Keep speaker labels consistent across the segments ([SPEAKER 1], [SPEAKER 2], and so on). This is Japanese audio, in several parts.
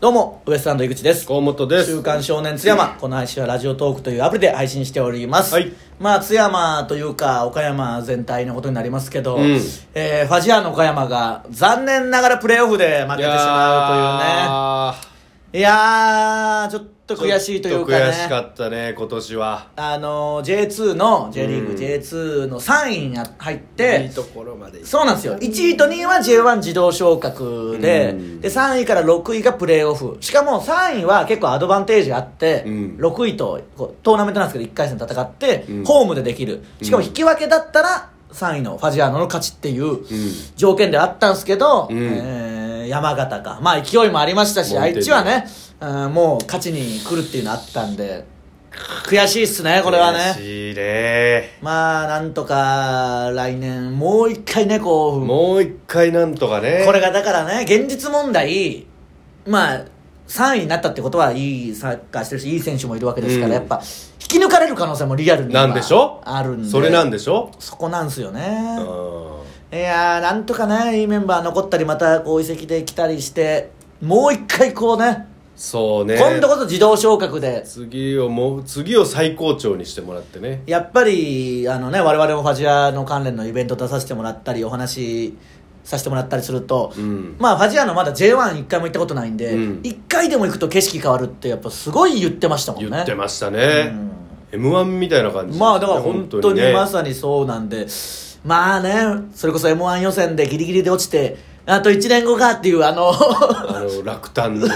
[SPEAKER 1] どうもウエストランド井口です
[SPEAKER 2] 河本です
[SPEAKER 1] 週刊少年津山この配信はラジオトークというアプリで配信しております、
[SPEAKER 2] はい
[SPEAKER 1] まあ津山というか岡山全体のことになりますけど、
[SPEAKER 2] うん
[SPEAKER 1] えーファジアーの岡山が残念ながらプレーオフで負けてしまうというねいやーちょっと
[SPEAKER 2] いやー
[SPEAKER 1] 悔しいというか
[SPEAKER 2] ちょっと悔しか
[SPEAKER 1] ね
[SPEAKER 2] ったね今年は
[SPEAKER 1] あのー J2 の J リーグ、
[SPEAKER 2] うん
[SPEAKER 1] J2 の3位に入って
[SPEAKER 2] いいところまで
[SPEAKER 1] そうなんですよ1位と2位は J1 自動昇格で,、
[SPEAKER 2] うん
[SPEAKER 1] で3位から6位がプレーオフしかも3位は結構アドバンテージがあって、
[SPEAKER 2] うん
[SPEAKER 1] 6位とこうトーナメントなんですけど1回戦戦って、
[SPEAKER 2] うん
[SPEAKER 1] ホームでできるしかも引き分けだったら3位のファジアーノの勝ちっていう条件であったんですけど、
[SPEAKER 2] うん
[SPEAKER 1] えー山形かまあ勢いもありましたし
[SPEAKER 2] モン
[SPEAKER 1] あ
[SPEAKER 2] テ
[SPEAKER 1] い
[SPEAKER 2] リ
[SPEAKER 1] ちはね、うんもう勝ちに来るっていうのあったんで悔しいっすねこれはね
[SPEAKER 2] 悔しいね
[SPEAKER 1] まあなんとか来年もう一回ねこう
[SPEAKER 2] もう一回なんとかね
[SPEAKER 1] これがだからね現実問題まあ3位になったってことはいいサッカーしてるしいい選手もいるわけですから、
[SPEAKER 2] うん
[SPEAKER 1] やっぱ引き抜かれる可能性もリアルには
[SPEAKER 2] なんでしょ
[SPEAKER 1] あるんで
[SPEAKER 2] それなんでしょ
[SPEAKER 1] そこなんすよね、
[SPEAKER 2] うん
[SPEAKER 1] いやーなんとかねいいメンバー残ったりまたこう移籍できたりしてもう一回こうね
[SPEAKER 2] そうね
[SPEAKER 1] 今度こそ自動昇格で
[SPEAKER 2] 次をもう次を最高潮にしてもらってね
[SPEAKER 1] やっぱりあのね我々もファジアの関連のイベント出させてもらったりお話しさせてもらったりすると、
[SPEAKER 2] うん
[SPEAKER 1] まあファジアのまだ J11 回も行ったことないんで、
[SPEAKER 2] うん
[SPEAKER 1] 1回でも行くと景色変わるってやっぱすごい言ってましたもんね
[SPEAKER 2] 言ってましたね m 1みたいな感じ
[SPEAKER 1] まあだから本当に
[SPEAKER 2] ね
[SPEAKER 1] まさにそうなんで、まあねそれこそ m 1予選でギリギリで落ちてあと1年後かっていうあの
[SPEAKER 2] あの落胆の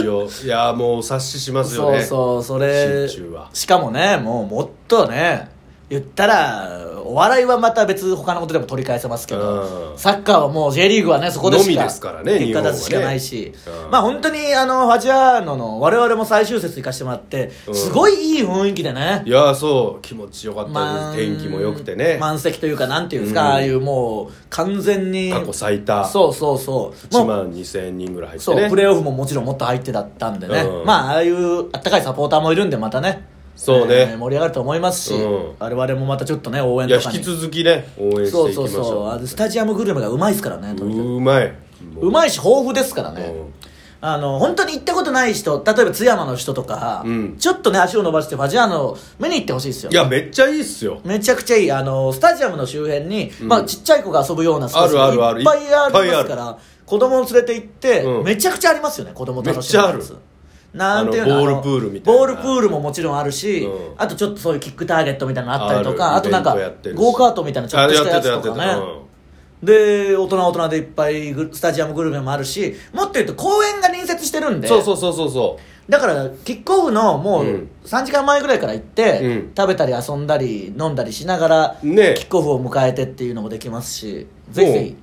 [SPEAKER 2] 塩いやもう察ししますよ
[SPEAKER 1] そう
[SPEAKER 2] ね
[SPEAKER 1] そうそれ
[SPEAKER 2] 心中は
[SPEAKER 1] しかもねもうもっとね言ったらお笑いはまた別他のことでも取り返せますけど、
[SPEAKER 2] うん
[SPEAKER 1] サッカーはもう J リーグはねそこでしか
[SPEAKER 2] のみですからね
[SPEAKER 1] 結
[SPEAKER 2] 日
[SPEAKER 1] 果
[SPEAKER 2] 本はね
[SPEAKER 1] 出すしかないし、
[SPEAKER 2] うん
[SPEAKER 1] まあ本当にあのファジアーノの我々も最終節行かせてもらって
[SPEAKER 2] うん
[SPEAKER 1] すごいいい雰囲気でね
[SPEAKER 2] い、やそう気持ちよかった
[SPEAKER 1] 満
[SPEAKER 2] です天気も良くてね
[SPEAKER 1] 満席というかなんていうんですか、
[SPEAKER 2] うん
[SPEAKER 1] ああいうもう完全に
[SPEAKER 2] 過去最多
[SPEAKER 1] そうそうそう
[SPEAKER 2] 1
[SPEAKER 1] もう
[SPEAKER 2] 万2000人ぐらい入って
[SPEAKER 1] そう、
[SPEAKER 2] ね
[SPEAKER 1] プレーオフももちろんもっと入ってだったんでね、
[SPEAKER 2] うん
[SPEAKER 1] まあああいうあったかいサポーターもいるんでまたね
[SPEAKER 2] そうね
[SPEAKER 1] えー盛り上がると思いますし、
[SPEAKER 2] うん
[SPEAKER 1] 我々もまたちょっとね応援
[SPEAKER 2] いや
[SPEAKER 1] とか
[SPEAKER 2] 引
[SPEAKER 1] に
[SPEAKER 2] き続きね応援し
[SPEAKER 1] そ
[SPEAKER 2] て
[SPEAKER 1] う
[SPEAKER 2] いき
[SPEAKER 1] そ
[SPEAKER 2] ま
[SPEAKER 1] う
[SPEAKER 2] しょ
[SPEAKER 1] そううあのスタジアムグルメがうまいですからねとにかく
[SPEAKER 2] うまいう
[SPEAKER 1] まいし豊富ですからね、
[SPEAKER 2] うん
[SPEAKER 1] あの本当に行ったことない人例えば津山の人とか、
[SPEAKER 2] うん
[SPEAKER 1] ちょっとね足を伸ばしてファジアーノ目に行ってほしいですよ
[SPEAKER 2] いやめっちゃいいっすよ
[SPEAKER 1] めちゃくちゃいいあのスタジアムの周辺に、
[SPEAKER 2] うん
[SPEAKER 1] まあ、ちっちゃい子が遊ぶようなスタジ
[SPEAKER 2] あ
[SPEAKER 1] アム
[SPEAKER 2] るあるある
[SPEAKER 1] いっぱいあり
[SPEAKER 2] いっ
[SPEAKER 1] ま
[SPEAKER 2] ぱいあ
[SPEAKER 1] す
[SPEAKER 2] る
[SPEAKER 1] から子供を連れて行って、
[SPEAKER 2] うん
[SPEAKER 1] めちゃくちゃありますよね子供楽しむや
[SPEAKER 2] めっ
[SPEAKER 1] つ
[SPEAKER 2] ちゃある
[SPEAKER 1] なんていうの
[SPEAKER 2] あの
[SPEAKER 1] あの
[SPEAKER 2] ボールプールみたいな
[SPEAKER 1] ボールプールももちろんあるし、
[SPEAKER 2] うん
[SPEAKER 1] あとちょっとそういうキックターゲットみたいなのあったりとかあ
[SPEAKER 2] る
[SPEAKER 1] となんか
[SPEAKER 2] イベントやってるし
[SPEAKER 1] ゴーカートみたいなちょっとしたやつと
[SPEAKER 2] あや
[SPEAKER 1] か
[SPEAKER 2] ってた
[SPEAKER 1] ね
[SPEAKER 2] やって
[SPEAKER 1] で大人は大人でいっぱいぐスタジアムグルメもあるしもっと言うと公園が隣接してるん
[SPEAKER 2] たうん
[SPEAKER 1] で
[SPEAKER 2] そうそうそうそうそ
[SPEAKER 1] だからキックオフのもう
[SPEAKER 2] うん
[SPEAKER 1] 3時間前ぐらいから行って、
[SPEAKER 2] うん
[SPEAKER 1] 食べたり遊んだり飲んだりしながら、
[SPEAKER 2] ねえ
[SPEAKER 1] キックオフを迎えてっていうのもできますしぜひぜ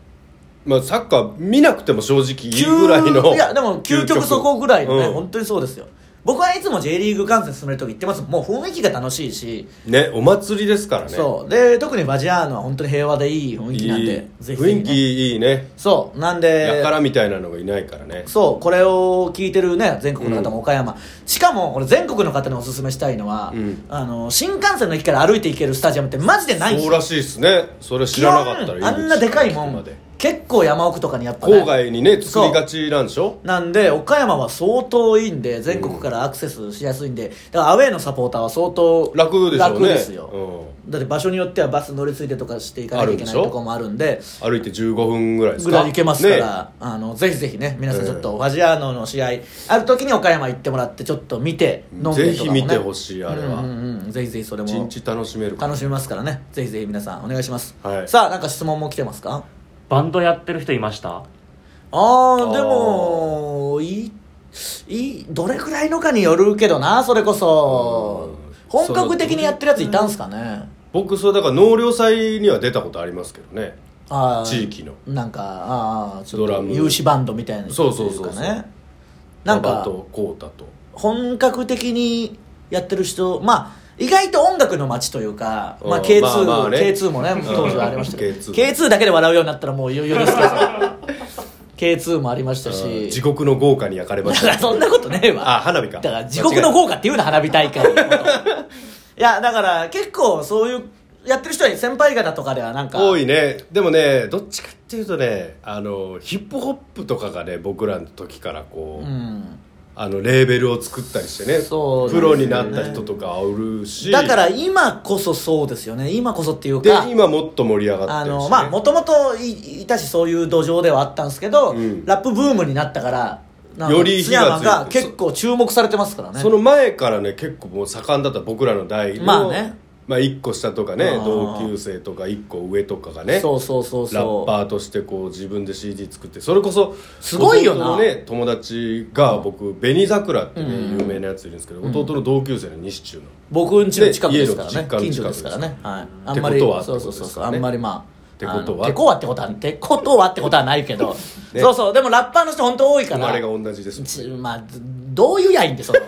[SPEAKER 2] うまあサッカー見なくても正直い
[SPEAKER 1] ひ
[SPEAKER 2] いぐらいの
[SPEAKER 1] 急やでも究極そこぐらいのね、
[SPEAKER 2] うん
[SPEAKER 1] 本当にそうですよ僕はいつも J リーグ観戦進める時言ってますもう雰囲気が楽しいし、
[SPEAKER 2] ねお祭りですからね
[SPEAKER 1] そうで特にバジアーノは本当に平和でいい雰囲気なん
[SPEAKER 2] い
[SPEAKER 1] で
[SPEAKER 2] い
[SPEAKER 1] ぜひぜひね
[SPEAKER 2] 雰囲気いいね
[SPEAKER 1] そうなんで
[SPEAKER 2] やからみたいなのがいないからね
[SPEAKER 1] そうこれを聞いてるね全国の方も岡山、しかもこれ全国の方におすすめしたいのは、
[SPEAKER 2] うん
[SPEAKER 1] あの新幹線の駅から歩いて行けるスタジアムってマジでないんです
[SPEAKER 2] そう
[SPEAKER 1] よ
[SPEAKER 2] らしいですねそれは知らなかった
[SPEAKER 1] 基
[SPEAKER 2] ら
[SPEAKER 1] 本あんなでかいも
[SPEAKER 2] ま
[SPEAKER 1] ん
[SPEAKER 2] で
[SPEAKER 1] 結構山奥とかにやっぱ、ね、
[SPEAKER 2] 郊外にね作りがちなんでしょ
[SPEAKER 1] なんで岡山は相当いいんで全国からアクセスしやすいんで、だからアウェーのサポーターは相当
[SPEAKER 2] 楽でしょうね
[SPEAKER 1] 楽ですよ、
[SPEAKER 2] う
[SPEAKER 1] だって場所によってはバス乗り継いでとかしていかなきゃいけない
[SPEAKER 2] あるんでしょ
[SPEAKER 1] とこもあるんで
[SPEAKER 2] ん、歩いて15分ぐらいです
[SPEAKER 1] ぐ
[SPEAKER 2] から
[SPEAKER 1] い行けますから、
[SPEAKER 2] ね
[SPEAKER 1] あのぜひぜひね皆さんちょっとファジアーノの試合ある時に岡山行ってもらってちょっと見て飲んでとかも、ね、
[SPEAKER 2] ぜひ見てほしいあれは
[SPEAKER 1] うんうんうんぜひぜひそれ
[SPEAKER 2] 一
[SPEAKER 1] も
[SPEAKER 2] 日楽しめるから
[SPEAKER 1] 楽しみますからねぜひぜひ皆さんお願いします、
[SPEAKER 2] はい
[SPEAKER 1] さあなんか質問も来てますか
[SPEAKER 3] バンドやってる人いました
[SPEAKER 1] あー
[SPEAKER 2] あー
[SPEAKER 1] でもいいいいどれくらいのかによるけどなそれこそ
[SPEAKER 2] うん
[SPEAKER 1] 本格的にやってるやついたんすかね
[SPEAKER 2] 僕それだから納涼祭には出たことありますけどね
[SPEAKER 1] あー
[SPEAKER 2] 地域の
[SPEAKER 1] なんかああちょっ
[SPEAKER 2] ド
[SPEAKER 1] と
[SPEAKER 2] ラム
[SPEAKER 1] 有志バンドみたいなの
[SPEAKER 2] そうそうそうそう
[SPEAKER 1] っていかねなん
[SPEAKER 2] 馬場
[SPEAKER 1] か
[SPEAKER 2] とコウタと
[SPEAKER 1] 本格的にやってる人まあ意外と音楽の街というか、まあ、
[SPEAKER 2] うん
[SPEAKER 1] K2,、
[SPEAKER 2] まあまあね
[SPEAKER 1] K2 もね当時はありましたけど
[SPEAKER 2] K2
[SPEAKER 1] K2 だけで笑うようになったらもういよいよですけど K2 もありました
[SPEAKER 2] うん地
[SPEAKER 1] し
[SPEAKER 2] 獄の豪華に焼かれま
[SPEAKER 1] だ
[SPEAKER 2] し
[SPEAKER 1] か
[SPEAKER 2] た
[SPEAKER 1] ら そんなことねえわ
[SPEAKER 2] あ花火か
[SPEAKER 1] だから地獄の
[SPEAKER 2] 間違
[SPEAKER 1] 豪華っていうな花火大会のこといやだから結構そういうやってる人は先輩方とかではなんか
[SPEAKER 2] 多いねでもねどっちかっていうとねあのヒップホップとかがね僕らの時からこ
[SPEAKER 1] う
[SPEAKER 2] う、
[SPEAKER 1] ん
[SPEAKER 2] あのレーベルを作ったりしてね
[SPEAKER 1] そうですね
[SPEAKER 2] プロになった人とかおるし
[SPEAKER 1] だから今こそそうですよね今こそっていう
[SPEAKER 2] で
[SPEAKER 1] か
[SPEAKER 2] 今もっと盛り上がっ
[SPEAKER 1] あ
[SPEAKER 2] てるし、ね、
[SPEAKER 1] のまあもともといいたしそういう土壌ではあったんですけど、
[SPEAKER 2] うん
[SPEAKER 1] ラップブームになったからなんか
[SPEAKER 2] より
[SPEAKER 1] 津
[SPEAKER 2] 火がついて
[SPEAKER 1] 山が結構注目されてますからね
[SPEAKER 2] その前からね結構もう盛んだった僕らの代の
[SPEAKER 1] まあね
[SPEAKER 2] まあ1個下とかね
[SPEAKER 1] あー
[SPEAKER 2] 同級生とか1個上とかがね
[SPEAKER 1] そうそうそう
[SPEAKER 2] ラッ
[SPEAKER 1] そう
[SPEAKER 2] パーとしてこう自分で CD 作ってそれこそ
[SPEAKER 1] すごいよな
[SPEAKER 2] 弟のね友達が僕紅桜ってね
[SPEAKER 1] う
[SPEAKER 2] 有名なやついるんですけど弟の同級生の西中の
[SPEAKER 1] 僕ん家の近くですから
[SPEAKER 2] で
[SPEAKER 1] ね
[SPEAKER 2] 家の実家
[SPEAKER 1] 近
[SPEAKER 2] の
[SPEAKER 1] 所ですからね
[SPEAKER 2] 近くです
[SPEAKER 1] はい
[SPEAKER 2] っ
[SPEAKER 1] あん
[SPEAKER 2] て
[SPEAKER 1] まり
[SPEAKER 2] ことは
[SPEAKER 1] そうそうそうそう
[SPEAKER 2] っ
[SPEAKER 1] あ
[SPEAKER 2] てことですかね
[SPEAKER 1] んまりまあ
[SPEAKER 2] てことは
[SPEAKER 1] あのてこはってことはてことはってことはないけど、
[SPEAKER 2] ね
[SPEAKER 1] そうそうでもラッパーの人本当多いか
[SPEAKER 2] 生
[SPEAKER 1] ら
[SPEAKER 2] まれが同じですもん
[SPEAKER 1] ちまあどういうやいいんでその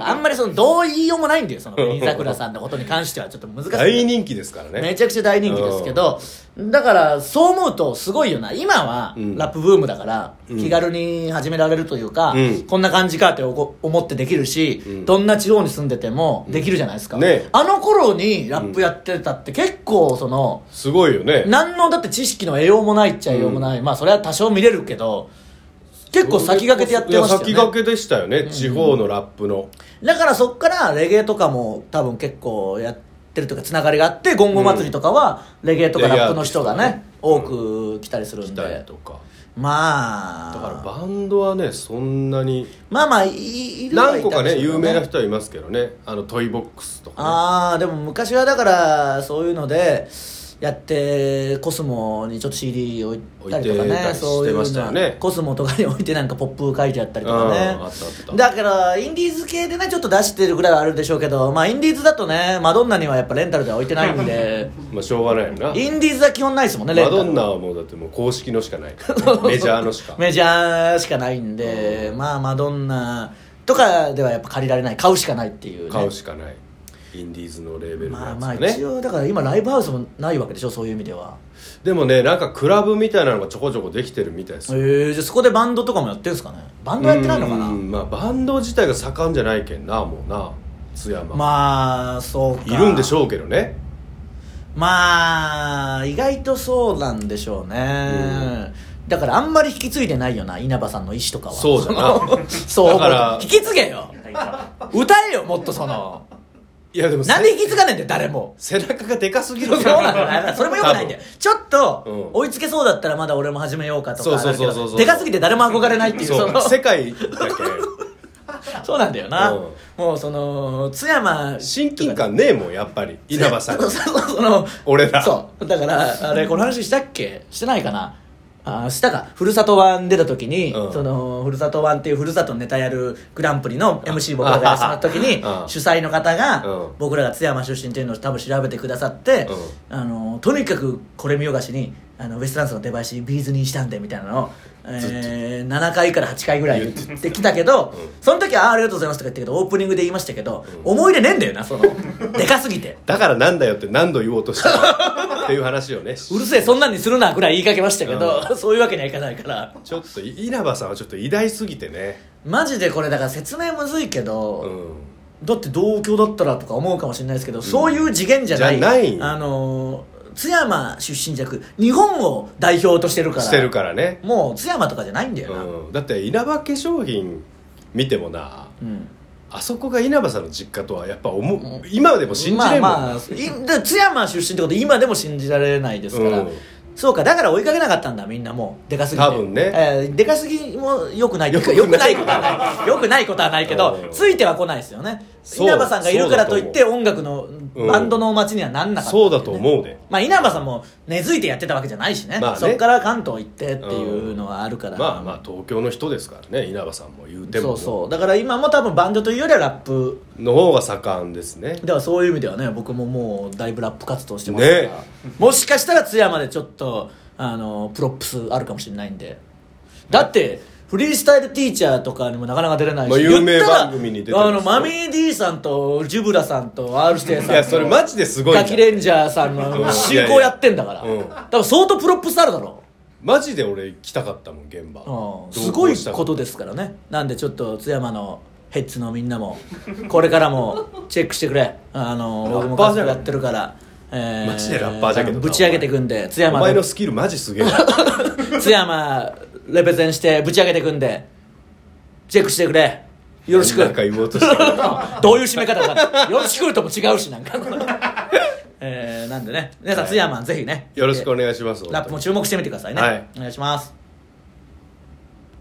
[SPEAKER 1] あんまりそのどう言いようもないんだよ その紅桜さんのことに関してはちょっと難しい
[SPEAKER 2] 大人気ですから
[SPEAKER 1] め
[SPEAKER 2] ね
[SPEAKER 1] ちゃくちゃ大人気ですけどだからそう思うとすごいよな今は
[SPEAKER 2] うん
[SPEAKER 1] ラップブームだから気軽に始められるというか、
[SPEAKER 2] うん
[SPEAKER 1] こんな感じかって思思ってできるし、
[SPEAKER 2] ん
[SPEAKER 1] どんな地方に住んでてもできるじゃないですか、
[SPEAKER 2] うんね
[SPEAKER 1] あの頃にラップやってたって結構その
[SPEAKER 2] すごいよね
[SPEAKER 1] 何のだって知識の得ようもないっちゃ得ようもない、まあそれは多少見れるけど結構先駆けてやってましたよね
[SPEAKER 2] いや先駆けでしたよね地方のラップの
[SPEAKER 1] だからそっからレゲエとかも多分結構やってるというかつながりがあってゴンゴ祭りとかはレゲエとかラップの人が
[SPEAKER 2] レゲエアー
[SPEAKER 1] ね多く来たりする
[SPEAKER 2] 来
[SPEAKER 1] ん
[SPEAKER 2] たり
[SPEAKER 1] で
[SPEAKER 2] とか
[SPEAKER 1] まあ
[SPEAKER 2] だからバンドはねそんなに
[SPEAKER 1] まあまあいいるはいた
[SPEAKER 2] 何個かね
[SPEAKER 1] でしょ
[SPEAKER 2] 有
[SPEAKER 1] うけど
[SPEAKER 2] 名な人はいますけどねあのトイボックスとか
[SPEAKER 1] ああでも昔はだからそういうのでやってコスモにちょっと CD 置いたりとか
[SPEAKER 2] 置いてた
[SPEAKER 1] ね
[SPEAKER 2] り
[SPEAKER 1] そういう
[SPEAKER 2] してました
[SPEAKER 1] の
[SPEAKER 2] よ
[SPEAKER 1] は
[SPEAKER 2] ね
[SPEAKER 1] コスモとかに置いてなんかポップ書いてあったりとかね
[SPEAKER 2] うんあったあった
[SPEAKER 1] だからインディーズ系でねちょっと出してるぐらいはあるでしょうけどまあインディーズだとねマドンナにはやっぱレンタルでは置いてないんで
[SPEAKER 2] ねまあしょうがないよな
[SPEAKER 1] インディーズは基本ないですもんねレン
[SPEAKER 2] マ
[SPEAKER 1] タル
[SPEAKER 2] ドンナはもうだってもう公式のし かないからねメジャーのしか
[SPEAKER 1] メジャーしかないんでまあマドンナとかではやっぱ借りられない買うしかないっていうね
[SPEAKER 2] 買うしかないインディーズのレーベルの
[SPEAKER 1] まあ
[SPEAKER 2] やつ
[SPEAKER 1] まあ
[SPEAKER 2] が
[SPEAKER 1] 一
[SPEAKER 2] ね
[SPEAKER 1] 応だから今ライブハウスもないわけでしょそういう意味では
[SPEAKER 2] でもねなんかクラブみたいなのがちょこちょこできてるみたいです
[SPEAKER 1] え
[SPEAKER 2] よ
[SPEAKER 1] ー、じゃあそこでバンドとかもやってるんですかねバンドやってないのかな
[SPEAKER 2] うんまあバンド自体が盛んじゃないけんなもうな津山
[SPEAKER 1] まあそうか
[SPEAKER 2] いるんでし
[SPEAKER 1] う
[SPEAKER 2] ょうけどね
[SPEAKER 1] まあ意外とそうなんでしょうね、だからあんまり引き継いでないよな稲葉さんの意思とかは
[SPEAKER 2] そうじゃな
[SPEAKER 1] そう
[SPEAKER 2] だから
[SPEAKER 1] 引き継げよ歌えよもっとその
[SPEAKER 2] いやでもせ
[SPEAKER 1] なんで引き継がねえんだよ誰も
[SPEAKER 2] 背中がでかすぎ
[SPEAKER 1] そ
[SPEAKER 2] る
[SPEAKER 1] うなんだよそれもよくないんだよちょっと
[SPEAKER 2] うん
[SPEAKER 1] 追いつけそうだったらまだ俺も始めようかとかあるけ
[SPEAKER 2] そうそうそうそうそ
[SPEAKER 1] ど
[SPEAKER 2] う
[SPEAKER 1] でかすぎて誰も憧れないっていう
[SPEAKER 2] そ
[SPEAKER 1] そうの
[SPEAKER 2] 世界だ
[SPEAKER 1] そうなんだよな、
[SPEAKER 2] うん
[SPEAKER 1] もうその津山
[SPEAKER 2] け親近感ねえもんやっぱり稲葉さん
[SPEAKER 1] そうそうそうその
[SPEAKER 2] 俺ら
[SPEAKER 1] そうだからあれこの話したっけしてないかなあーしたかふるさとワン出た時に、
[SPEAKER 2] うん
[SPEAKER 1] そのふるさとワンっていうふるさとのネタやるグランプリの MC 僕らがやらせてもらった時に
[SPEAKER 2] うん
[SPEAKER 1] 主催の方が、
[SPEAKER 2] うん
[SPEAKER 1] 僕らが津山出身っていうのを多分調べてくださって、あのとにかくこれ見よがしにあのウエストランドの出囃子ビーズにしたんでみたいなのを、えー、7回から8回ぐらい言ってきたけど、その時はあーありがとうございますとか言ったけどオープニングで言いましたけど、思い入れねえんだよなそのでかすぎて。
[SPEAKER 2] だからなんだよって何度言おうとした のっていう話をね
[SPEAKER 1] うるせえそんなんにするなぐらい言いかけましたけど、 そういうわけにはいかないから
[SPEAKER 2] ちょっと稲葉さんはちょっと偉大すぎてね
[SPEAKER 1] マジでこれだから説明むずいけ
[SPEAKER 2] う
[SPEAKER 1] ど、
[SPEAKER 2] ん
[SPEAKER 1] だって同居だったらとか思うかもしれないですけど、そういう次元じゃない
[SPEAKER 2] じゃない
[SPEAKER 1] あのー津山出身じゃなく日本を代表としてるから
[SPEAKER 2] してるからね、
[SPEAKER 1] もう津山とかじゃないんだよな、
[SPEAKER 2] うん、だって稲葉化粧品見てもな
[SPEAKER 1] うん
[SPEAKER 2] あそこが稲葉さんの実家とはやっぱ思う、今でも信じれんもん、
[SPEAKER 1] まあまあいだから津山出身ってこと今でも信じられないですから、
[SPEAKER 2] うん
[SPEAKER 1] そうかだから追いかけなかったんだみんなもうでかすぎて
[SPEAKER 2] 多分ね
[SPEAKER 1] えーでかすぎもよくないっていうかよ
[SPEAKER 2] 良
[SPEAKER 1] く
[SPEAKER 2] く
[SPEAKER 1] な
[SPEAKER 2] ない
[SPEAKER 1] いことはないよくないことはないけど
[SPEAKER 2] うん
[SPEAKER 1] ついては来ないですよね
[SPEAKER 2] そう
[SPEAKER 1] 稲葉さんがいるからといって音楽の
[SPEAKER 2] うん
[SPEAKER 1] バンドの街にはなんなかったってい
[SPEAKER 2] そう
[SPEAKER 1] ね、
[SPEAKER 2] だと思うで
[SPEAKER 1] まあ稲葉さんも根付いてやってたわけじゃないしね,、
[SPEAKER 2] まあね
[SPEAKER 1] そっから関東行ってっていうのはあるから、
[SPEAKER 2] まあまあ東京の人ですからね稲葉さんも言うて
[SPEAKER 1] そ
[SPEAKER 2] も
[SPEAKER 1] うそうだから今も多分バンドというよりはラップ
[SPEAKER 2] の方が盛んですね
[SPEAKER 1] だからそういう意味ではね僕ももうだいぶラップ活動してますから、
[SPEAKER 2] ね
[SPEAKER 1] もしかしたら津山でちょっとあのプロップスあるかもしれないんでだってフリースタイルティーチャーとかにもなかなか出れないし、
[SPEAKER 2] まあ有名
[SPEAKER 1] 言ったら
[SPEAKER 2] 番組に出てます
[SPEAKER 1] あ
[SPEAKER 2] よ
[SPEAKER 1] のマミー D さんとジュブラさんと R 指定さんと
[SPEAKER 2] いやそれマジですごいじゃ
[SPEAKER 1] ガ
[SPEAKER 2] ん
[SPEAKER 1] キレンジャーさんの進行やってんだから、
[SPEAKER 2] うんいやいやうん
[SPEAKER 1] 多分相当プロップスあるだろう
[SPEAKER 2] マジで俺来たかったもん現場
[SPEAKER 1] うん
[SPEAKER 2] 同行
[SPEAKER 1] すごい
[SPEAKER 2] したか
[SPEAKER 1] こ
[SPEAKER 2] った
[SPEAKER 1] とですからねなんでちょっと津山のヘッズのみんなもこれからもチェックしてくれあの
[SPEAKER 2] ラ
[SPEAKER 1] 僕
[SPEAKER 2] ッ
[SPEAKER 1] も
[SPEAKER 2] パー
[SPEAKER 1] 活
[SPEAKER 2] じゃ
[SPEAKER 1] 動
[SPEAKER 2] ない
[SPEAKER 1] やってるから、ええ
[SPEAKER 2] マジでラッパーじゃけどな
[SPEAKER 1] ぶち上げていくんで津山
[SPEAKER 2] お前のスキルマジすげえな
[SPEAKER 1] 津山レペゼンしてぶち上げていくんでチェックしてくれ よろしく
[SPEAKER 2] なんか言おうとしてる
[SPEAKER 1] どういう締め方だよろしくとも違うしなんかえー、なんでね皆さん津山ぜひね
[SPEAKER 2] よろしくお願いします
[SPEAKER 1] ラップも注目してみてくださいね、
[SPEAKER 2] はい
[SPEAKER 1] お願いします